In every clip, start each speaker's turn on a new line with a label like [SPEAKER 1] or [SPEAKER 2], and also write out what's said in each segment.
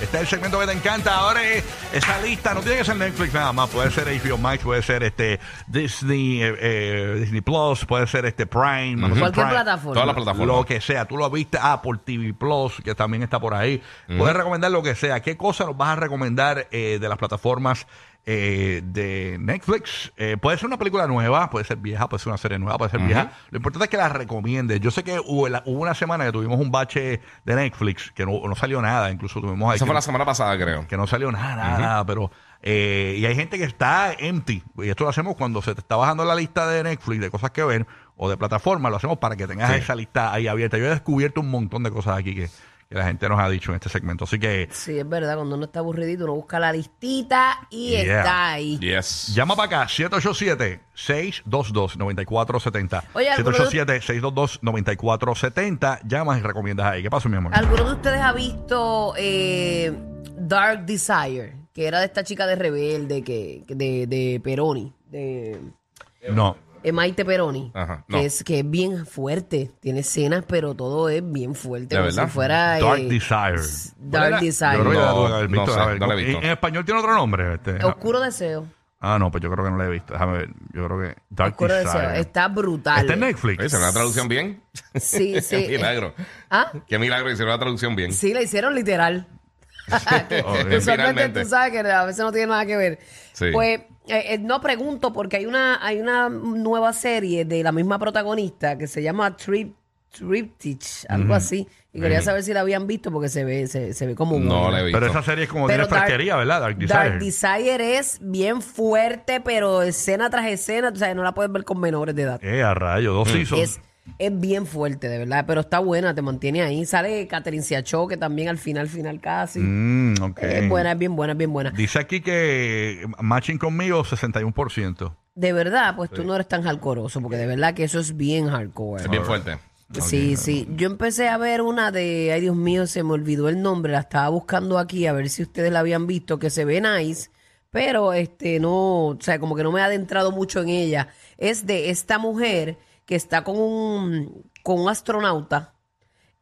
[SPEAKER 1] Este es el segmento que te encanta. Ahora eh, esa lista no tiene que ser Netflix nada más. Puede ser HBO Max, puede ser este Disney, eh, eh, Disney Plus, puede ser este Prime, Amazon
[SPEAKER 2] Cualquier
[SPEAKER 1] Prime,
[SPEAKER 2] plataforma.
[SPEAKER 3] Todas las plataformas.
[SPEAKER 1] Lo que sea. Tú lo viste. Ah, por TV Plus, que también está por ahí. Puedes recomendar lo que sea. ¿Qué cosa nos vas a recomendar eh, de las plataformas? eh, de Netflix Eh, puede ser una película nueva puede ser vieja puede ser una serie nueva puede ser vieja lo importante es que la recomiendes yo sé que hubo, la- hubo una semana que tuvimos un bache de Netflix que no, no salió nada incluso tuvimos ahí que
[SPEAKER 3] Esa fue
[SPEAKER 1] no-
[SPEAKER 3] la semana pasada, creo.
[SPEAKER 1] que no salió nada, nada, nada, pero... eh, y hay gente que está empty. Y esto lo hacemos cuando se te está bajando la lista de Netflix, de cosas que ver, o de plataformas, lo hacemos para que tengas
[SPEAKER 3] Sí.
[SPEAKER 1] esa lista ahí abierta. Yo he descubierto un montón de cosas aquí que, que la gente nos ha dicho en este segmento. Así que
[SPEAKER 2] Sí, es verdad, cuando uno está aburridito, uno busca la listita y
[SPEAKER 1] Yeah.
[SPEAKER 2] está ahí.
[SPEAKER 3] Yes.
[SPEAKER 1] llama para acá, 787-622-9470.
[SPEAKER 2] Oye, ¿alguno de-
[SPEAKER 1] 787-622-9470. Llamas y recomiendas ahí. ¿Qué pasó, mi amor?
[SPEAKER 2] ¿Alguno de ustedes ha visto eh, Dark Desire? Que era de esta chica de rebelde, que, que de, de Peroni, de
[SPEAKER 1] No.
[SPEAKER 2] eh, Maite Peroni.
[SPEAKER 3] Ajá, no.
[SPEAKER 2] que, es, que es bien fuerte. Tiene escenas, pero todo es bien fuerte.
[SPEAKER 3] ¿De
[SPEAKER 2] Como
[SPEAKER 3] verdad?
[SPEAKER 2] si fuera. eh,
[SPEAKER 1] Dark Desire.
[SPEAKER 3] ¿Cuál
[SPEAKER 2] Dark
[SPEAKER 3] era?
[SPEAKER 1] Yo creo que ya
[SPEAKER 2] Desire.
[SPEAKER 1] la
[SPEAKER 3] No,
[SPEAKER 1] tuve que haber
[SPEAKER 3] no
[SPEAKER 1] visto.
[SPEAKER 3] sé,
[SPEAKER 1] A ver,
[SPEAKER 3] no la he
[SPEAKER 1] ¿en-
[SPEAKER 3] visto.
[SPEAKER 1] En, español tiene otro nombre. Este.
[SPEAKER 2] Oscuro Deseo.
[SPEAKER 1] Ah, no, pues yo creo que no la he visto. Déjame ver. Yo creo que Dark
[SPEAKER 2] Oscuro Deseo.
[SPEAKER 1] Desire.
[SPEAKER 2] Está brutal.
[SPEAKER 1] Está en Netflix.
[SPEAKER 3] Oye, ¿Hicieron una traducción bien?
[SPEAKER 2] Sí, sí.
[SPEAKER 3] Qué milagro.
[SPEAKER 2] ¿Ah?
[SPEAKER 3] Qué milagro hicieron la traducción bien.
[SPEAKER 2] Sí, la hicieron literal.
[SPEAKER 1] Oh,
[SPEAKER 2] Usualmente
[SPEAKER 3] Finalmente.
[SPEAKER 2] tú sabes que a veces no tiene nada que ver.
[SPEAKER 3] Sí.
[SPEAKER 2] Pues eh, eh, no pregunto porque hay una hay una nueva serie de la misma protagonista que se llama Trip Triptych, algo así. Y quería saber si la habían visto porque se ve se, se ve como
[SPEAKER 3] No
[SPEAKER 2] buena.
[SPEAKER 3] la he visto.
[SPEAKER 1] Pero esa serie es como
[SPEAKER 2] Pero
[SPEAKER 1] de
[SPEAKER 2] Dark-
[SPEAKER 1] fresquería, ¿verdad? Dark Desire.
[SPEAKER 2] Dark Desire es bien fuerte, pero escena tras escena, tú sabes, no la puedes ver con menores de edad.
[SPEAKER 1] eh, a rayo, dos seasons.
[SPEAKER 2] Es, es bien fuerte, de verdad, pero está buena, te mantiene ahí. Sale Catherine Siachoque que también al final, final casi.
[SPEAKER 1] Mm, ok.
[SPEAKER 2] Es buena, es bien buena, es bien buena.
[SPEAKER 1] Dice aquí que matching conmigo 61%.
[SPEAKER 2] De verdad, pues tú no eres tan hardcoreoso, porque de verdad que eso es bien hardcore.
[SPEAKER 3] Es bien fuerte.
[SPEAKER 2] Sí, sí. Yo empecé a ver una de, ay Dios mío, se me olvidó el nombre, la estaba buscando aquí a ver si ustedes la habían visto, que se ve nice, pero este no, o sea, como que no me he adentrado mucho en ella. Es de esta mujer que está con un, con un astronauta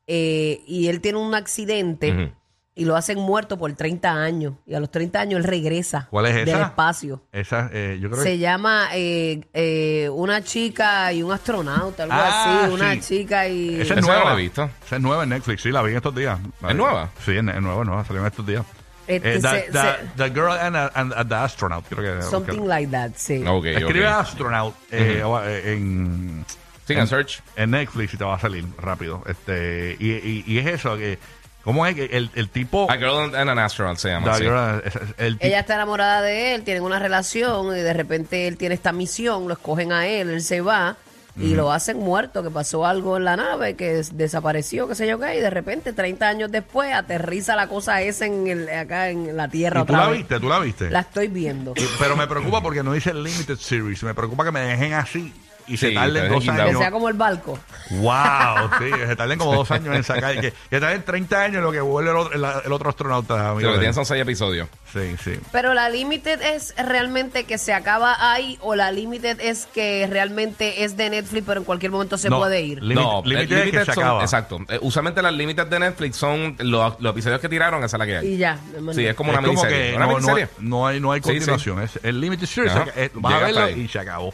[SPEAKER 2] eh, y él tiene un accidente
[SPEAKER 3] Ujú.
[SPEAKER 2] y lo hacen muerto por 30 años y a los 30 años él regresa
[SPEAKER 1] ¿Cuál es
[SPEAKER 2] del
[SPEAKER 1] esa?
[SPEAKER 2] espacio.
[SPEAKER 1] Esa, eh, yo creo
[SPEAKER 2] Se
[SPEAKER 1] que.
[SPEAKER 2] llama eh, eh, una chica y un astronauta, algo
[SPEAKER 1] Ah,
[SPEAKER 2] así, una
[SPEAKER 1] sí.
[SPEAKER 2] chica y...
[SPEAKER 1] Esa
[SPEAKER 3] Esa
[SPEAKER 1] es
[SPEAKER 3] no
[SPEAKER 1] nueva.
[SPEAKER 3] la he visto.
[SPEAKER 1] Esa es nueva en Netflix, sí, la vi en estos días.
[SPEAKER 3] ¿Es nueva?
[SPEAKER 1] Sí, en- es nueva, nueva, salió en estos días.
[SPEAKER 2] Este,
[SPEAKER 1] Eh,
[SPEAKER 2] se-
[SPEAKER 1] the, the-
[SPEAKER 2] se-
[SPEAKER 1] the Girl and, a- and the Astronaut, creo que.
[SPEAKER 2] Something
[SPEAKER 1] que-
[SPEAKER 2] like that, sí.
[SPEAKER 3] Ok,
[SPEAKER 1] Escribe
[SPEAKER 3] ok.
[SPEAKER 1] Astronaut eh, o- eh, en.
[SPEAKER 3] Sí, en search.
[SPEAKER 1] en Netflix y te va a salir rápido. Este, y, y- y es eso, que, ¿cómo es que el, el tipo?
[SPEAKER 3] A Girl and an Astronaut se llama.
[SPEAKER 1] Da-
[SPEAKER 3] Ah, sí.
[SPEAKER 1] era- es- es- el tipo-
[SPEAKER 2] Ella está enamorada de él, tienen una relación y de repente él tiene esta misión, lo escogen a él, él se va y lo hacen muerto, que pasó algo en la nave, que des- desapareció, qué sé yo qué, y de repente 30 años después aterriza la cosa esa en el, acá en la Tierra
[SPEAKER 1] ¿Y tú
[SPEAKER 2] otra
[SPEAKER 1] la
[SPEAKER 2] vez.
[SPEAKER 1] viste, tú la viste.
[SPEAKER 2] La estoy viendo.
[SPEAKER 1] Y- Pero me preocupa porque no dice Limited Series. Me preocupa que me dejen así y se
[SPEAKER 3] Sí, te
[SPEAKER 1] tarden
[SPEAKER 3] dejen
[SPEAKER 1] dos
[SPEAKER 3] guindado.
[SPEAKER 2] que
[SPEAKER 1] años.
[SPEAKER 2] sea como el barco.
[SPEAKER 1] ¡Wow! Sí, que se tarden como dos años en sacar. y Que, que tarden 30 años en lo que vuelve el otro, el, el otro astronauta.
[SPEAKER 3] Sí,
[SPEAKER 1] amigo
[SPEAKER 3] Lo que
[SPEAKER 1] de-
[SPEAKER 3] tienen son seis episodios.
[SPEAKER 1] Sí, sí.
[SPEAKER 2] Pero la Limited es realmente que se acaba ahí o la Limited es que realmente es de Netflix, pero en cualquier momento se
[SPEAKER 1] No,
[SPEAKER 2] puede ir.
[SPEAKER 1] Limit-
[SPEAKER 3] el
[SPEAKER 1] Limited es que se
[SPEAKER 3] son-
[SPEAKER 1] acaba.
[SPEAKER 3] Exacto. Eh, usualmente las límites de Netflix son los, los episodios que tiraron, esa es la que
[SPEAKER 2] Y
[SPEAKER 3] hay.
[SPEAKER 2] ya. de manera.
[SPEAKER 3] Sí, es como una
[SPEAKER 1] Es como
[SPEAKER 3] miniserie.
[SPEAKER 1] que
[SPEAKER 3] Una
[SPEAKER 1] no, no, hay-
[SPEAKER 3] miniserie.
[SPEAKER 1] no hay, no hay
[SPEAKER 3] Sí, sí.
[SPEAKER 1] continuación. Es el Limited Series.
[SPEAKER 3] Ajá.
[SPEAKER 1] o sea, que, eh, vas a
[SPEAKER 3] Llega
[SPEAKER 1] verlo
[SPEAKER 3] hasta ahí.
[SPEAKER 1] y se acabó.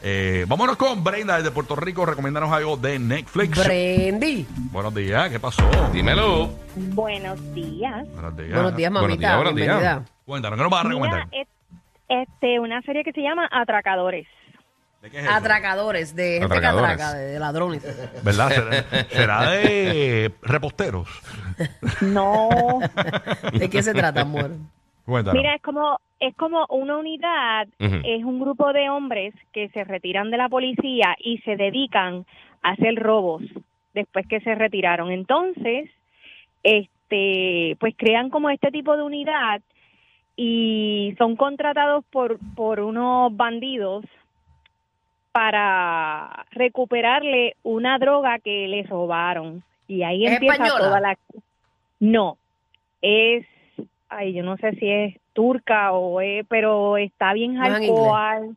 [SPEAKER 1] Eh, vámonos con Brenda desde Puerto Rico. Recomendanos algo de Netflix.
[SPEAKER 2] Brandy.
[SPEAKER 1] Buenos días, ¿qué pasó?
[SPEAKER 3] Dímelo.
[SPEAKER 4] Buenos días.
[SPEAKER 1] Buenos días.
[SPEAKER 2] Buenos días,
[SPEAKER 3] Buenos
[SPEAKER 2] mamita.
[SPEAKER 3] días, buenos días.
[SPEAKER 2] bienvenida.
[SPEAKER 1] Cuéntanos, ¿qué nos vas a
[SPEAKER 4] Mira,
[SPEAKER 1] recomendar?
[SPEAKER 4] es- este, una serie que se llama Atracadores.
[SPEAKER 1] ¿De qué es eso?
[SPEAKER 2] Atracadores, de gente que
[SPEAKER 3] Eh, Atracadores.
[SPEAKER 2] atraca, de, de ladrones.
[SPEAKER 1] ¿Verdad? ¿Será, será de reposteros?
[SPEAKER 4] No.
[SPEAKER 2] ¿De qué se trata, amor?
[SPEAKER 1] Cuéntanos.
[SPEAKER 4] Mira, es como es como una unidad,
[SPEAKER 3] Ujú.
[SPEAKER 4] es un grupo de hombres que se retiran de la policía y se dedican
[SPEAKER 5] hacer robos después que se retiraron. Entonces, este, pues crean como este tipo de unidad y son contratados por, por unos bandidos para recuperarle una droga que les robaron. Y ahí
[SPEAKER 2] ¿Es
[SPEAKER 5] empieza
[SPEAKER 2] española?
[SPEAKER 5] toda la... No, es... Ay, yo no sé si es turca o es... Pero está bien
[SPEAKER 2] No es en inglés.
[SPEAKER 5] hardcore.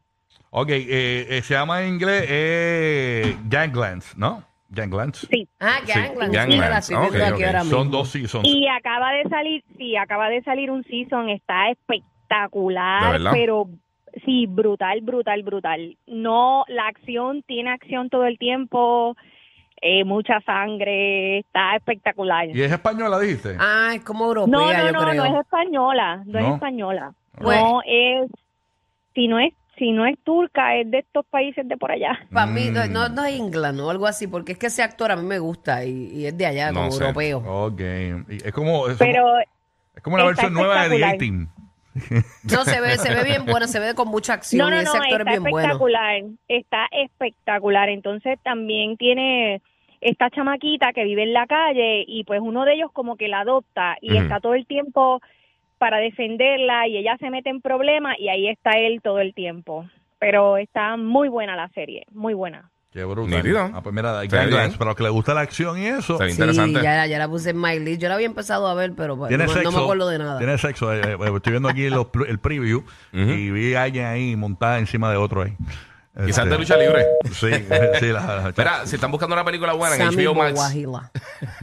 [SPEAKER 1] Ok, eh, eh, se llama en inglés eh, Ganglands, ¿no? Ganglands.
[SPEAKER 5] Sí.
[SPEAKER 2] Ah,
[SPEAKER 1] Sí,
[SPEAKER 2] Gangland.
[SPEAKER 3] Gangland.
[SPEAKER 2] la estoy viendo
[SPEAKER 3] Ok,
[SPEAKER 2] aquí
[SPEAKER 3] ok.
[SPEAKER 2] ahora mismo.
[SPEAKER 1] Son dos seasons.
[SPEAKER 5] Y acaba de salir, sí, acaba de salir un season, está
[SPEAKER 3] ¿De
[SPEAKER 5] espectacular,
[SPEAKER 3] verdad?
[SPEAKER 5] pero sí, brutal, brutal, brutal. No, la acción tiene acción todo el tiempo, eh, mucha sangre, está espectacular.
[SPEAKER 1] ¿Y es española, dijiste?
[SPEAKER 2] Ah, es como europea,
[SPEAKER 5] no, no,
[SPEAKER 2] yo
[SPEAKER 5] no,
[SPEAKER 2] creo.
[SPEAKER 5] no es española, no,
[SPEAKER 1] No.
[SPEAKER 5] es española.
[SPEAKER 2] Bueno.
[SPEAKER 5] No es, si no es, si no es turca, es de estos países de por allá.
[SPEAKER 2] Para mí, no, no,
[SPEAKER 3] Mm.
[SPEAKER 2] no es England o algo así, porque es que ese actor a mí me gusta y, y es de allá,
[SPEAKER 3] No
[SPEAKER 2] como
[SPEAKER 3] sé.
[SPEAKER 2] europeo.
[SPEAKER 1] Ok. Y es como, es,
[SPEAKER 5] Pero
[SPEAKER 1] es como la
[SPEAKER 5] está
[SPEAKER 1] versión nueva de The
[SPEAKER 5] espectacular.
[SPEAKER 1] A-Team.
[SPEAKER 2] No, se ve, se ve bien bueno, se ve con mucha acción
[SPEAKER 5] No, no,
[SPEAKER 2] y ese
[SPEAKER 5] no,
[SPEAKER 2] actor es
[SPEAKER 5] está
[SPEAKER 2] bien bueno.
[SPEAKER 5] espectacular, está espectacular. Entonces también tiene esta chamaquita que vive en la calle y pues uno de ellos como que la adopta y
[SPEAKER 3] Ujú.
[SPEAKER 5] está todo el tiempo para defenderla y ella se mete en problemas y ahí está él todo el tiempo. Pero está muy buena la serie, muy buena.
[SPEAKER 1] Qué brutal.
[SPEAKER 3] Nítido.
[SPEAKER 1] Ah, pues mira,
[SPEAKER 3] Se ve
[SPEAKER 1] Ganglands,
[SPEAKER 3] bien.
[SPEAKER 1] para los que les gusta la acción y eso.
[SPEAKER 3] Está bien.
[SPEAKER 2] Sí,
[SPEAKER 3] Interesante.
[SPEAKER 2] ya, ya la puse en my list. Yo la había empezado a ver, pero pues,
[SPEAKER 1] Tiene
[SPEAKER 2] no, no
[SPEAKER 1] sexo.
[SPEAKER 2] me acuerdo de nada.
[SPEAKER 1] Tiene sexo. eh, eh, estoy viendo aquí los pr- el preview y vi a alguien ahí montada encima de otro ahí.
[SPEAKER 3] Quizás
[SPEAKER 1] Este,
[SPEAKER 3] de lucha libre.
[SPEAKER 1] Sí, eh, sí, la,
[SPEAKER 3] Espera, si están buscando una película buena en
[SPEAKER 2] Sammy
[SPEAKER 3] HBO Max.
[SPEAKER 2] Bowajila.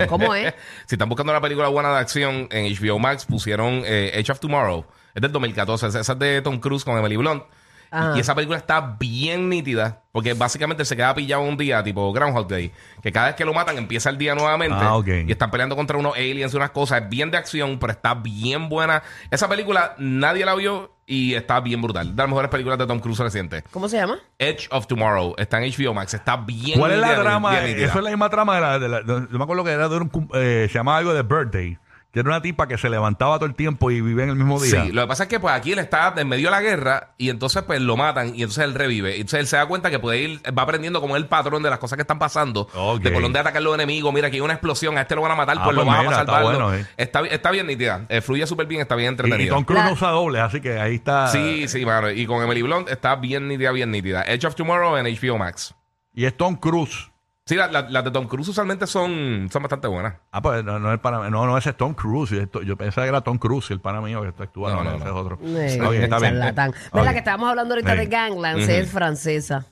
[SPEAKER 2] ¿Cómo es?
[SPEAKER 3] Si están buscando una película buena de acción en HBO Max, pusieron eh, Age of Tomorrow. Es del 2014. Esa esa es de Tom Cruise con Emily Blunt.
[SPEAKER 2] Ajá.
[SPEAKER 3] Y esa película está bien nítida. Porque básicamente se queda pillado un día, tipo Groundhog Day. Que cada vez que lo matan empieza el día nuevamente.
[SPEAKER 1] Ah, ok.
[SPEAKER 3] Y están peleando contra unos aliens y unas cosas. Es bien de acción, pero está bien buena. Esa película nadie la vio y está bien brutal. De las mejores películas de Tom Cruise recientes.
[SPEAKER 2] ¿Cómo se llama?
[SPEAKER 3] Edge of Tomorrow. Está en HBO Max. Está bien
[SPEAKER 1] ¿Cuál es la
[SPEAKER 3] nítida,
[SPEAKER 1] trama?
[SPEAKER 3] bien nítida.
[SPEAKER 1] Eso es la misma trama de la, de la- de- yo me acuerdo que era de un cum- eh, se llamaba algo de birthday. Que era una tipa que se levantaba todo el tiempo y vivía en el mismo día.
[SPEAKER 3] Sí, lo que pasa es que pues aquí él está en medio de la guerra y entonces pues lo matan y entonces él revive. Y entonces él se da cuenta que puede ir, va aprendiendo como es el patrón de las cosas que están pasando.
[SPEAKER 1] Ok.
[SPEAKER 3] De por dónde atacar los enemigos. Mira, que hay una explosión, a este lo van a matar,
[SPEAKER 1] Ah,
[SPEAKER 3] pues lo
[SPEAKER 1] pues
[SPEAKER 3] van
[SPEAKER 1] mira,
[SPEAKER 3] a
[SPEAKER 1] está
[SPEAKER 3] salvarlo.
[SPEAKER 1] bueno, eh.
[SPEAKER 3] está, bi- está bien nítida, Eh, fluye súper bien, está bien
[SPEAKER 1] y, y
[SPEAKER 3] entretenida.
[SPEAKER 1] Tom Cruise
[SPEAKER 2] La-
[SPEAKER 1] no usa doble, así que ahí está.
[SPEAKER 3] Sí, sí, mano. Y con Emily Blunt está bien nítida, bien nítida. Edge of Tomorrow en HBO Max.
[SPEAKER 1] Y es Tom Cruise.
[SPEAKER 3] Sí, la- la- las de Tom Cruise usualmente son, son bastante buenas.
[SPEAKER 1] Ah, pues no, no es para No, no, ese es Tom Cruise. y esto- yo pensaba que era Tom Cruise, el pana mío que está actuando.
[SPEAKER 3] No,
[SPEAKER 1] No,
[SPEAKER 3] no,
[SPEAKER 1] ese
[SPEAKER 3] no.
[SPEAKER 1] es otro.
[SPEAKER 2] Eh,
[SPEAKER 1] Ok, está bien.
[SPEAKER 2] charlatán.
[SPEAKER 1] Ok.
[SPEAKER 2] ¿Verdad que estábamos hablando ahorita
[SPEAKER 1] Sí.
[SPEAKER 2] de Gangland?
[SPEAKER 3] Ujú.
[SPEAKER 2] Es francesa.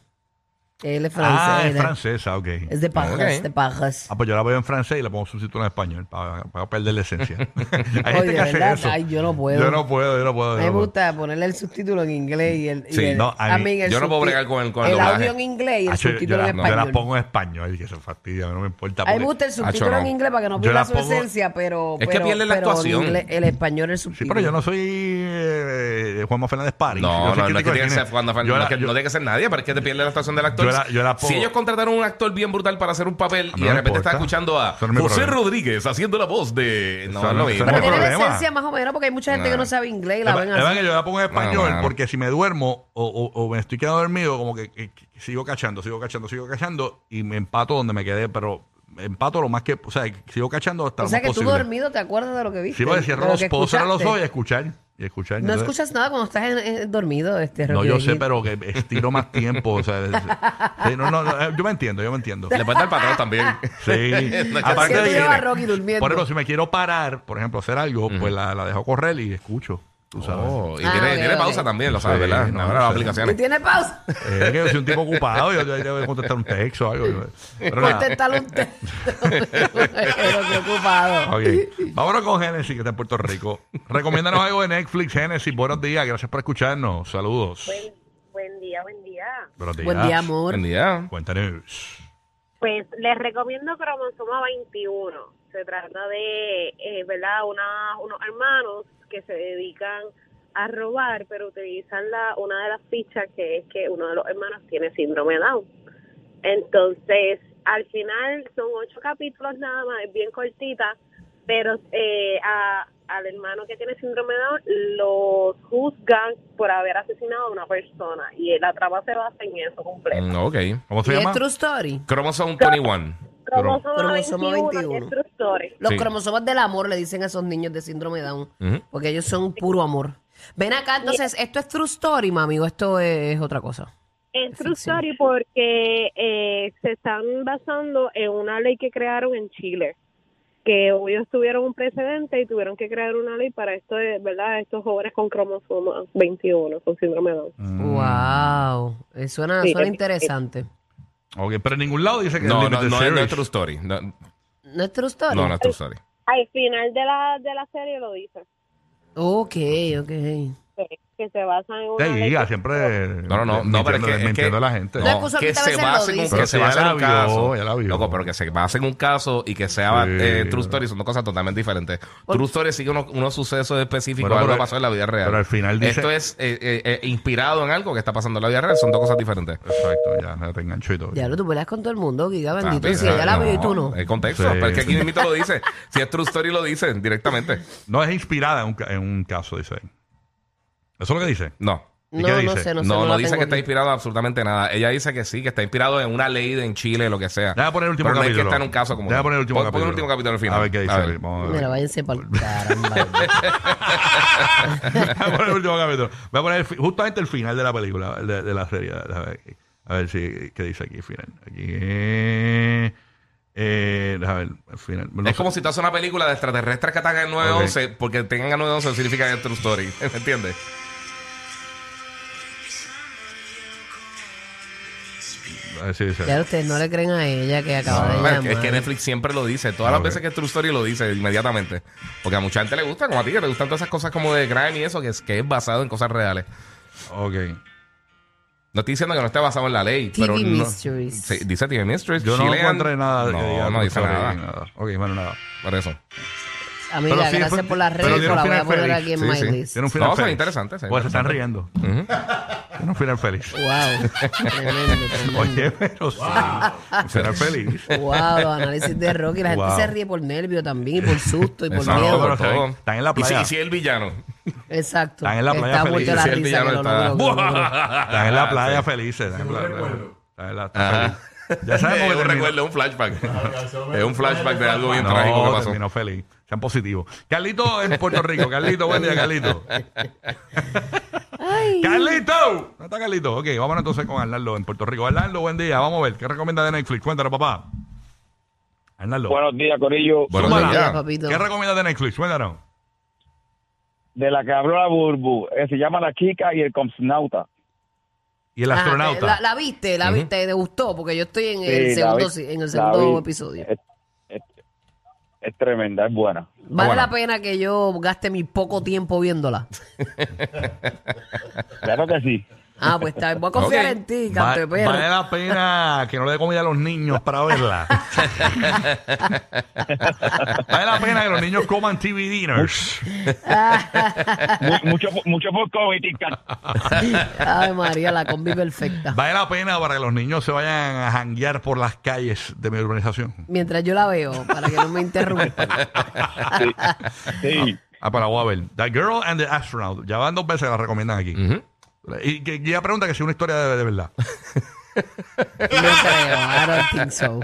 [SPEAKER 2] Él es francés.
[SPEAKER 1] Ah, es
[SPEAKER 2] de-
[SPEAKER 1] francesa, ok.
[SPEAKER 2] es de pajas,
[SPEAKER 3] Ok.
[SPEAKER 2] de pajas.
[SPEAKER 1] Ah, pues yo la veo en francés y la pongo subtítulo en español para, para perder la esencia. Hay
[SPEAKER 2] Oye,
[SPEAKER 1] gente que hace
[SPEAKER 2] ¿verdad?
[SPEAKER 1] eso.
[SPEAKER 2] Ay, yo no puedo.
[SPEAKER 1] Yo no puedo, yo no puedo.
[SPEAKER 2] A
[SPEAKER 1] yo
[SPEAKER 2] mí me
[SPEAKER 1] no puedo.
[SPEAKER 2] gusta ponerle el subtítulo en inglés y el, y
[SPEAKER 3] Sí,
[SPEAKER 2] el-
[SPEAKER 1] no, a mí-
[SPEAKER 2] I mean, el
[SPEAKER 3] yo no puedo
[SPEAKER 2] subti-
[SPEAKER 3] bregar con el- con el
[SPEAKER 2] el
[SPEAKER 3] doblaje.
[SPEAKER 2] audio en inglés y el
[SPEAKER 1] Ah, yo- yo,
[SPEAKER 2] subtítulo
[SPEAKER 1] la-
[SPEAKER 2] en
[SPEAKER 1] no, yo
[SPEAKER 2] español.
[SPEAKER 1] la pongo en español, que se fastidia, no me importa.
[SPEAKER 2] A mí me
[SPEAKER 1] porque-
[SPEAKER 2] gusta el subtítulo
[SPEAKER 3] Acho,
[SPEAKER 2] en
[SPEAKER 3] no.
[SPEAKER 2] inglés para que no
[SPEAKER 1] Yo
[SPEAKER 2] pierda
[SPEAKER 1] la
[SPEAKER 2] su
[SPEAKER 1] pongo-
[SPEAKER 2] esencia, pero.
[SPEAKER 3] Es que
[SPEAKER 2] pero-
[SPEAKER 3] pierde la
[SPEAKER 2] pero en
[SPEAKER 3] actuación.
[SPEAKER 2] inglés- el español es
[SPEAKER 1] Sí,
[SPEAKER 2] subtítulo.
[SPEAKER 1] pero yo no soy eh, Juanma Fernández París.
[SPEAKER 3] No,
[SPEAKER 1] yo soy
[SPEAKER 3] no, no es
[SPEAKER 1] crítico
[SPEAKER 3] que
[SPEAKER 1] de
[SPEAKER 3] tiene que
[SPEAKER 1] cine.
[SPEAKER 3] ser Juan Rafael,
[SPEAKER 1] Yo
[SPEAKER 3] no,
[SPEAKER 1] la-
[SPEAKER 3] es que-
[SPEAKER 1] yo-
[SPEAKER 3] no tiene que ser nadie, porque te pierde la actuación del actor.
[SPEAKER 1] Yo la- yo la
[SPEAKER 3] si
[SPEAKER 1] pongo-
[SPEAKER 3] ellos contrataron un actor bien brutal para hacer un papel
[SPEAKER 1] A mí
[SPEAKER 3] y
[SPEAKER 1] no
[SPEAKER 3] de
[SPEAKER 1] me
[SPEAKER 3] repente está
[SPEAKER 1] importa.
[SPEAKER 3] escuchando a
[SPEAKER 1] Eso no es mi
[SPEAKER 3] José
[SPEAKER 1] problema.
[SPEAKER 3] Rodríguez haciendo la voz de. No,
[SPEAKER 1] Eso
[SPEAKER 3] es lo
[SPEAKER 1] no- eso
[SPEAKER 3] mismo.
[SPEAKER 1] no
[SPEAKER 2] Pero
[SPEAKER 1] es mi
[SPEAKER 2] tiene la
[SPEAKER 1] problema.
[SPEAKER 2] esencia más o menos, porque hay mucha gente que no
[SPEAKER 3] Nah.
[SPEAKER 2] sabe inglés y
[SPEAKER 1] Es
[SPEAKER 2] la
[SPEAKER 1] pa-
[SPEAKER 2] ven
[SPEAKER 1] es pa
[SPEAKER 2] así.
[SPEAKER 1] que yo la pongo en español
[SPEAKER 3] No, no.
[SPEAKER 1] porque si me duermo o, o- o me estoy quedando dormido, como que, que- que sigo cachando, sigo cachando, sigo cachando y me empato donde me quedé, pero empato lo más que, o sea, sigo cachando hasta
[SPEAKER 2] O sea
[SPEAKER 1] lo
[SPEAKER 2] que
[SPEAKER 1] más
[SPEAKER 2] tú
[SPEAKER 1] posible.
[SPEAKER 2] dormido te acuerdas de lo que viste.
[SPEAKER 1] Sí, porque
[SPEAKER 2] de
[SPEAKER 1] cierro
[SPEAKER 2] lo
[SPEAKER 1] los,
[SPEAKER 2] que
[SPEAKER 1] puedo cerrar los
[SPEAKER 2] escuchaste.
[SPEAKER 1] ojos y escuchar. Y escuchar
[SPEAKER 2] No
[SPEAKER 1] Entonces-
[SPEAKER 2] escuchas nada cuando estás en- en- dormido, este
[SPEAKER 1] No,
[SPEAKER 2] Rocky
[SPEAKER 1] yo
[SPEAKER 2] Bendito.
[SPEAKER 1] sé, pero que estiro más tiempo. O sea, es- sí, no, no, no, eh, yo me entiendo, yo me entiendo.
[SPEAKER 3] Le falta el patrón también.
[SPEAKER 1] Sí,
[SPEAKER 3] No, que
[SPEAKER 1] aparte
[SPEAKER 3] así
[SPEAKER 1] de
[SPEAKER 3] te lleva
[SPEAKER 1] que-
[SPEAKER 2] a Rocky durmiendo.
[SPEAKER 1] Por ejemplo, si me quiero parar, por ejemplo, hacer algo, pues la, la dejo correr y escucho. Tú sabes.
[SPEAKER 3] Oh, y
[SPEAKER 2] Ah,
[SPEAKER 3] tiene,
[SPEAKER 2] ok,
[SPEAKER 3] tiene
[SPEAKER 2] ok.
[SPEAKER 3] pausa también, lo sabes,
[SPEAKER 1] Sí,
[SPEAKER 3] ¿verdad?
[SPEAKER 1] no,
[SPEAKER 3] Ahora
[SPEAKER 1] no
[SPEAKER 3] las
[SPEAKER 1] sé.
[SPEAKER 2] ¿Y
[SPEAKER 3] aplicaciones.
[SPEAKER 2] tiene pausa?
[SPEAKER 1] Eh, es que yo soy un tipo ocupado, yo, yo debo contestar un texto o algo. yo- pero
[SPEAKER 2] Pues
[SPEAKER 1] nada.
[SPEAKER 2] Contéstale un texto. Pero qué ocupado.
[SPEAKER 1] Ok. Vámonos con Genesis, que está en Puerto Rico. Recomiéndanos algo de Netflix, Genesis. Buenos días, gracias por escucharnos. Saludos.
[SPEAKER 5] Buen día, buen día.
[SPEAKER 1] Buenos días.
[SPEAKER 2] Buen día, amor.
[SPEAKER 3] Buen día.
[SPEAKER 1] Cuéntanos.
[SPEAKER 5] Pues les recomiendo Cromosoma 21. Se trata de, eh, ¿verdad? Una- unos hermanos que se dedican a robar, pero utilizan la, una de las fichas que es que uno de los hermanos tiene síndrome Down. Entonces, al final son ocho capítulos nada más, es bien cortita, pero eh, a-
[SPEAKER 4] al hermano que tiene síndrome de Down los juzgan por haber asesinado a una persona y la trama se basa en eso completo.
[SPEAKER 3] Mm, ok.
[SPEAKER 1] ¿Cómo
[SPEAKER 2] Y
[SPEAKER 1] se
[SPEAKER 2] es
[SPEAKER 1] llama?
[SPEAKER 2] True Story.
[SPEAKER 3] Chromosome 21.
[SPEAKER 4] Cromosoma,
[SPEAKER 2] Cromosoma
[SPEAKER 4] 21,
[SPEAKER 2] 21.
[SPEAKER 4] que es True Story.
[SPEAKER 2] Los
[SPEAKER 3] Sí.
[SPEAKER 2] cromosomas del amor le dicen a esos niños de síndrome de Down.
[SPEAKER 3] Ujú.
[SPEAKER 2] Porque ellos son puro amor. Ven acá, entonces, ¿esto es True Story, mami? ¿O esto es otra cosa?
[SPEAKER 4] Es True
[SPEAKER 2] ficción.
[SPEAKER 4] Story porque eh, se están basando en una ley que crearon en Chile, que ellos tuvieron un precedente y tuvieron que crear una ley para esto, de- ¿verdad? Estos jóvenes con cromosoma 21, con síndrome de Down.
[SPEAKER 1] Mm.
[SPEAKER 2] ¡Wow! Eh, Suena,
[SPEAKER 4] Sí,
[SPEAKER 2] suena
[SPEAKER 4] eh,
[SPEAKER 2] interesante.
[SPEAKER 1] Ok, pero en ningún lado dice que
[SPEAKER 3] No,
[SPEAKER 1] es
[SPEAKER 3] no,
[SPEAKER 1] limited
[SPEAKER 3] no, es- no es
[SPEAKER 1] series.
[SPEAKER 3] True Story. No, no,
[SPEAKER 2] ¿No es True Story?
[SPEAKER 3] no es True Story.
[SPEAKER 4] Al final de la, de la serie lo dice,
[SPEAKER 2] Ok, ok.
[SPEAKER 4] que- que se basa en una
[SPEAKER 1] Sí,
[SPEAKER 4] ley
[SPEAKER 1] ya,
[SPEAKER 4] que-
[SPEAKER 1] siempre
[SPEAKER 3] No, no, no, no, pero es
[SPEAKER 1] mintiendo-
[SPEAKER 3] que- es que-
[SPEAKER 1] mintiendo a la gente.
[SPEAKER 2] No, es que usualmente
[SPEAKER 3] que
[SPEAKER 2] a
[SPEAKER 3] se
[SPEAKER 2] veces lo
[SPEAKER 3] base en un,
[SPEAKER 2] dicen.
[SPEAKER 3] que se
[SPEAKER 1] Pero
[SPEAKER 3] base
[SPEAKER 1] ya
[SPEAKER 3] en
[SPEAKER 1] la
[SPEAKER 3] un
[SPEAKER 1] vio,
[SPEAKER 3] caso.
[SPEAKER 1] ya la vio.
[SPEAKER 3] Loco, pero que se base en un caso y que sea
[SPEAKER 1] Sí.
[SPEAKER 3] eh, True Story son dos cosas totalmente diferentes. True Story sigue unos, unos sucesos específicos,
[SPEAKER 1] Bueno,
[SPEAKER 3] algo
[SPEAKER 1] pero-
[SPEAKER 3] pasó en la vida real.
[SPEAKER 1] pero al final dice-
[SPEAKER 3] Esto es eh, eh, eh, inspirado en algo que está pasando en la vida real, son dos cosas diferentes.
[SPEAKER 1] Exacto, ya, ya te engancho y todo.
[SPEAKER 2] Ya lo tú peleas con todo el mundo, Giga bendito.
[SPEAKER 3] Ah,
[SPEAKER 2] y si ella la
[SPEAKER 3] no,
[SPEAKER 2] vio y tú no.
[SPEAKER 3] El contexto,
[SPEAKER 1] Sí.
[SPEAKER 3] porque aquí el mito lo dice. Si es True Story, lo dicen directamente.
[SPEAKER 1] No es inspirada en un, ca- en un caso, dice ahí. Eso es lo que dice.
[SPEAKER 3] No.
[SPEAKER 1] ¿Y
[SPEAKER 2] No,
[SPEAKER 1] qué
[SPEAKER 2] no
[SPEAKER 1] dice?
[SPEAKER 2] sé, no
[SPEAKER 3] No,
[SPEAKER 2] sé.
[SPEAKER 3] no,
[SPEAKER 2] la
[SPEAKER 3] dice
[SPEAKER 2] tengo
[SPEAKER 3] que está
[SPEAKER 2] aquí.
[SPEAKER 3] inspirado en absolutamente nada. Ella dice que sí, que está inspirado en una ley de- en Chile, lo que sea.
[SPEAKER 1] Deja poner el último
[SPEAKER 3] Pero no es
[SPEAKER 1] capítulo.
[SPEAKER 3] que está en un caso como
[SPEAKER 1] Deja
[SPEAKER 3] tal.
[SPEAKER 1] poner el último
[SPEAKER 3] Pon- pon
[SPEAKER 1] capítulo.
[SPEAKER 3] último capítulo al final.
[SPEAKER 1] A ver qué dice.
[SPEAKER 3] A ver.
[SPEAKER 1] ahí, vamos a ver.
[SPEAKER 2] Mira, váyanse para el caramba.
[SPEAKER 1] Voy a poner el último capítulo. Voy a poner el fi- justamente el final de la película, de, de la serie. A ver, aquí. A ver si, qué dice aquí, final. Aquí. Eh, eh, a ver, el final. No sé.
[SPEAKER 3] es como si tú haces una película de extraterrestres que atacan el 911 porque tengan el 911 significa que es True Story. ¿Me entiendes?
[SPEAKER 1] A ver si dice.
[SPEAKER 2] Ya ustedes no le creen a ella que acaba de
[SPEAKER 3] No, Ah, es,
[SPEAKER 2] llamar.
[SPEAKER 3] que- es que Netflix siempre lo dice. Todas las
[SPEAKER 1] Ok.
[SPEAKER 3] veces que es True Story lo dice inmediatamente. Porque a mucha gente le gusta, como a ti, que te gustan todas esas cosas como de crime y eso, que es, que es basado en cosas reales.
[SPEAKER 1] Ok.
[SPEAKER 3] No estoy diciendo que no esté basado en la ley,
[SPEAKER 2] TV
[SPEAKER 3] pero no-
[SPEAKER 2] Mysteries.
[SPEAKER 3] Sí, dice TV Mysteries.
[SPEAKER 1] Yo no
[SPEAKER 3] Chilean.
[SPEAKER 1] encontré nada. que diga
[SPEAKER 3] No, no dice
[SPEAKER 1] sobre-
[SPEAKER 3] nada.
[SPEAKER 1] Ok, bueno, nada.
[SPEAKER 3] Por eso.
[SPEAKER 2] Amiga,
[SPEAKER 1] Pero sí,
[SPEAKER 2] gracias
[SPEAKER 1] fue-
[SPEAKER 2] por las
[SPEAKER 1] pero
[SPEAKER 2] redes,
[SPEAKER 1] tiene
[SPEAKER 2] por la
[SPEAKER 1] un
[SPEAKER 2] voy a
[SPEAKER 1] final
[SPEAKER 2] poner
[SPEAKER 1] feliz.
[SPEAKER 2] aquí en
[SPEAKER 3] Sí,
[SPEAKER 2] my
[SPEAKER 3] sí.
[SPEAKER 2] list.
[SPEAKER 1] Tiene un final
[SPEAKER 3] No, son
[SPEAKER 1] feliz.
[SPEAKER 3] interesantes, son
[SPEAKER 1] Pues se están riendo. Tiene un final feliz.
[SPEAKER 2] Wow, tremendo, tremendo.
[SPEAKER 1] Oye, pero sí. Un final feliz.
[SPEAKER 2] Wow, los análisis de Rocky. La gente
[SPEAKER 1] Wow.
[SPEAKER 2] se ríe por nervio también, y por susto, y por
[SPEAKER 3] Exacto,
[SPEAKER 1] no,
[SPEAKER 2] miedo.
[SPEAKER 1] pero
[SPEAKER 3] por todo.
[SPEAKER 1] están en la
[SPEAKER 3] Y si-
[SPEAKER 1] playa.
[SPEAKER 3] Y si el villano.
[SPEAKER 2] Exacto.
[SPEAKER 1] Están en la
[SPEAKER 2] Que
[SPEAKER 1] playa
[SPEAKER 2] está
[SPEAKER 1] feliz.
[SPEAKER 2] muerto la
[SPEAKER 3] Sí, el
[SPEAKER 2] risa que
[SPEAKER 3] villano
[SPEAKER 2] lo
[SPEAKER 3] está-
[SPEAKER 2] logró, que lo logró.
[SPEAKER 1] Están en la playa felices. Están en la playa. Están en la- están
[SPEAKER 3] Ajá.
[SPEAKER 1] felices. Ya sabemos que
[SPEAKER 3] es un
[SPEAKER 1] terminó-
[SPEAKER 3] recuerdo, es un flashback. es un flashback de algo bien
[SPEAKER 1] No,
[SPEAKER 3] trágico que pasó.
[SPEAKER 1] terminó feliz. Sean positivos. Carlito en Puerto Rico. Carlito, buen día, Carlito. ¡Carlito! ¿No está Carlito? Ok, vámonos entonces con Arnaldo en Puerto Rico. Arnaldo, buen día. Vamos a ver. ¿Qué recomienda de Netflix? Cuéntanos, papá. Arnaldo.
[SPEAKER 6] Buenos días, Corillo.
[SPEAKER 3] Buenos
[SPEAKER 1] Zúmbala.
[SPEAKER 3] días.
[SPEAKER 2] papito. Ah,
[SPEAKER 1] ¿Qué recomienda de Netflix? Cuéntanos.
[SPEAKER 6] De la que habló la Burbu, eh, se llama La Chica y el Cosmonauta.
[SPEAKER 1] Y el
[SPEAKER 2] Ajá,
[SPEAKER 1] astronauta.
[SPEAKER 2] Ah, La, la viste, la viste, te gustó, porque yo estoy en el
[SPEAKER 6] Sí, la
[SPEAKER 2] segundo,
[SPEAKER 6] vi-
[SPEAKER 2] si- en el
[SPEAKER 6] la
[SPEAKER 2] segundo
[SPEAKER 6] vi. Eh,
[SPEAKER 2] episodio.
[SPEAKER 6] Es, es- es tremenda, es buena.
[SPEAKER 2] Vale
[SPEAKER 3] Bueno.
[SPEAKER 2] la pena que yo gaste mi poco tiempo viéndola.
[SPEAKER 6] Claro que sí.
[SPEAKER 2] Ah, pues está, bien, voy a confiar
[SPEAKER 3] Ok.
[SPEAKER 2] en ti,
[SPEAKER 1] Va-
[SPEAKER 2] canto de perro.
[SPEAKER 1] vale la pena que no le dé comida a los niños para verla. vale la pena que los niños coman TV dinners.
[SPEAKER 6] Mu- mucho, mucho por COVID y cal-
[SPEAKER 2] Ay, María, la combi perfecta.
[SPEAKER 1] Vale la pena para que los niños se vayan a janguear por las calles de mi urbanización.
[SPEAKER 2] Mientras yo la veo, para que no me interrumpan.
[SPEAKER 6] Sí.
[SPEAKER 1] Ah, para voy a ver. The Girl and the Astronaut. Ya van dos veces que la recomiendan aquí.
[SPEAKER 3] Ujú.
[SPEAKER 1] Y que ya pregunta que si es una historia de, de verdad.
[SPEAKER 2] No creo, I don't think so.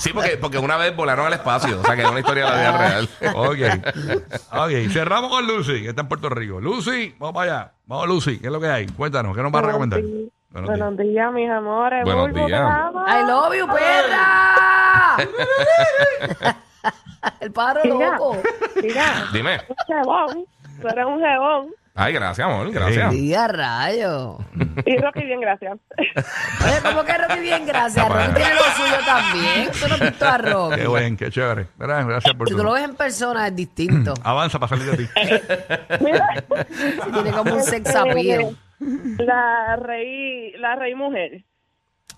[SPEAKER 3] Sí, porque, porque una vez volaron al espacio. O sea, que es una historia de la vida real.
[SPEAKER 1] Ok. Ok. Cerramos con Lucy, que está en Puerto Rico. Lucy, vamos para allá. Vamos, Lucy. ¿Qué es lo que hay? Cuéntanos, ¿qué nos vas a recomendar? Buenos días.
[SPEAKER 4] Buenos días, mis amores.
[SPEAKER 3] Buenos
[SPEAKER 4] Bulbo,
[SPEAKER 3] días.
[SPEAKER 4] te amo.
[SPEAKER 2] I love you, perra. El pájaro
[SPEAKER 4] Mira,
[SPEAKER 2] loco.
[SPEAKER 4] mira,
[SPEAKER 3] Dime.
[SPEAKER 4] un jebón. Tú eres un jebón.
[SPEAKER 3] Ay, gracias, amor. Gracias.
[SPEAKER 2] Sí, a rayo.
[SPEAKER 4] Y Rocky, bien, gracias.
[SPEAKER 2] Oye, ¿cómo que Rocky bien? Gracias. Rocky tiene lo suyo también. Tú no has visto a Rocky.
[SPEAKER 1] Qué buen, qué chévere. Gracias, gracias por
[SPEAKER 2] Si tú lo
[SPEAKER 1] tu...
[SPEAKER 2] ves en persona es distinto.
[SPEAKER 1] Avanza para salir de ti.
[SPEAKER 4] Mira. eh,
[SPEAKER 2] Si tiene como un sex appeal.
[SPEAKER 4] La rey, la rey mujer.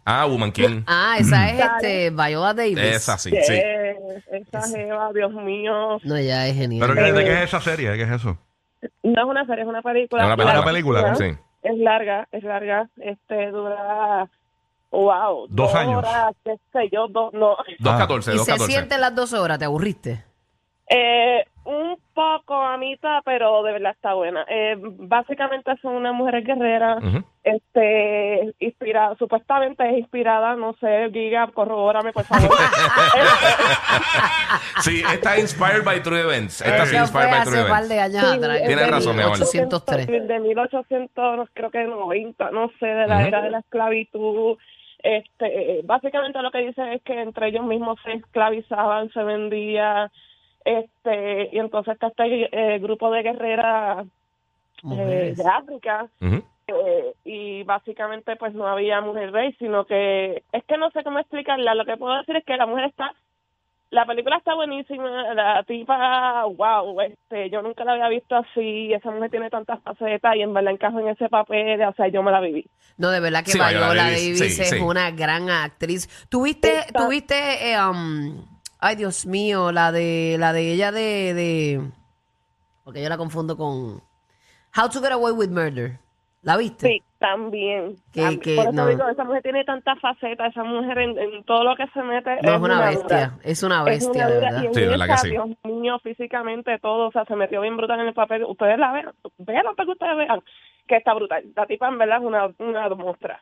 [SPEAKER 3] Ah, Woman King.
[SPEAKER 2] Ah, esa es este, Viola Davis.
[SPEAKER 3] Es así, sí.
[SPEAKER 4] Eh, Esa jeva, Dios mío.
[SPEAKER 2] No, ella es genial.
[SPEAKER 1] ¿Pero qué- de qué es esa serie? ¿De qué es eso?
[SPEAKER 4] No es una serie, es una película.
[SPEAKER 3] Es una
[SPEAKER 1] ¿Es una
[SPEAKER 3] Claro.
[SPEAKER 1] película?
[SPEAKER 3] Sí.
[SPEAKER 4] Es larga, es larga. Este dura, wow.
[SPEAKER 1] Dos años.
[SPEAKER 4] horas, qué sé yo, dos, no.
[SPEAKER 3] 214,
[SPEAKER 2] y se
[SPEAKER 3] 214.
[SPEAKER 2] sienten las dos horas, ¿te aburriste?
[SPEAKER 4] Eh, un poco a mitad, pero de verdad está buena. Eh, básicamente son una mujer guerrera,
[SPEAKER 3] Ujú.
[SPEAKER 4] este, inspirada, supuestamente es inspirada, no sé, Giga, corrobórame por favor.
[SPEAKER 3] Sí, está inspired by true events. Está
[SPEAKER 2] Eso fue
[SPEAKER 3] inspired by
[SPEAKER 2] hace
[SPEAKER 3] true
[SPEAKER 2] un par
[SPEAKER 3] events.
[SPEAKER 2] de años atrás.
[SPEAKER 4] es
[SPEAKER 3] Ah, Tienes
[SPEAKER 4] de
[SPEAKER 3] razón, mi amor.
[SPEAKER 2] 803.
[SPEAKER 4] De 1800, creo que 90, no sé, de la
[SPEAKER 3] Ujú.
[SPEAKER 4] era de la esclavitud. Este, básicamente lo que dicen es que entre ellos mismos se esclavizaban, se vendían, este, y entonces está este eh, grupo de guerreras eh,
[SPEAKER 2] Mujeres.
[SPEAKER 4] de África
[SPEAKER 3] Ujú.
[SPEAKER 4] eh, y básicamente pues no había mujer rey, sino que es que no sé cómo explicarla, lo que puedo decir es que la mujer está, la película está buenísima, la tipa, wow, este, yo nunca la había visto así, esa mujer tiene tantas facetas y en verdad encaja en ese papel, o sea, yo me la viví.
[SPEAKER 2] No, de verdad que
[SPEAKER 3] Sí, Viola
[SPEAKER 2] Viola,
[SPEAKER 3] Davis,
[SPEAKER 2] Davis,
[SPEAKER 3] sí,
[SPEAKER 2] es
[SPEAKER 3] sí.
[SPEAKER 2] una gran actriz. ¿Tuviste,
[SPEAKER 4] Esta-
[SPEAKER 2] tuviste, eh, um, ay Dios mío, la de, la de ella de, de, porque yo la confundo con How to Get Away with Murder. ¿La viste?
[SPEAKER 4] Sí, también.
[SPEAKER 2] Que-
[SPEAKER 4] también.
[SPEAKER 2] que
[SPEAKER 4] Por eso
[SPEAKER 2] no.
[SPEAKER 4] digo, esa mujer tiene tantas facetas, esa mujer en, en todo lo que se mete
[SPEAKER 2] No, es una
[SPEAKER 4] dura.
[SPEAKER 2] bestia, es una
[SPEAKER 4] Es una
[SPEAKER 2] bestia, de
[SPEAKER 4] dura,
[SPEAKER 2] verdad.
[SPEAKER 4] y en
[SPEAKER 3] Sí, de verdad
[SPEAKER 4] esa,
[SPEAKER 3] que sí.
[SPEAKER 4] Dios mío, físicamente todo, o sea, se metió bien brutal en el papel. Ustedes la vean, vean lo que ustedes vean, que está brutal. La tipa en verdad es una, una muestra.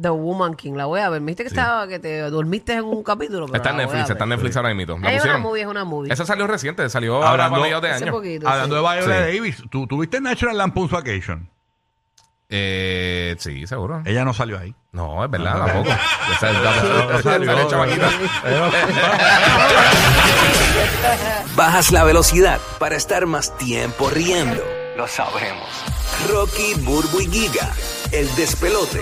[SPEAKER 2] The Woman King, la voy a ver. ¿Viste que estaba, que te dormiste en un capítulo? Pero
[SPEAKER 3] Está en
[SPEAKER 2] la voy a
[SPEAKER 3] Netflix,
[SPEAKER 2] ver.
[SPEAKER 3] está en Netflix ahora mismo. La
[SPEAKER 2] Es una
[SPEAKER 3] pusieron.
[SPEAKER 2] movie, es una movie.
[SPEAKER 3] Esa salió reciente, salió ahora
[SPEAKER 1] Hablando-
[SPEAKER 3] para mediados de
[SPEAKER 2] Hace
[SPEAKER 3] año.
[SPEAKER 2] poquito,
[SPEAKER 1] Hablando de
[SPEAKER 2] sí.
[SPEAKER 1] Viola
[SPEAKER 3] Sí.
[SPEAKER 1] Davis, ¿tú tuviste Natural Lampoon's Vacation?
[SPEAKER 3] Eh, sí, seguro.
[SPEAKER 1] Ella no salió ahí.
[SPEAKER 3] No, es verdad, tampoco. Esa- esa- esa- esa-
[SPEAKER 1] salió,
[SPEAKER 3] salió chamaquita.
[SPEAKER 7] Bajas la velocidad para estar más tiempo riendo. Lo sabremos. Rocky, Burbu y Giga, el despelote.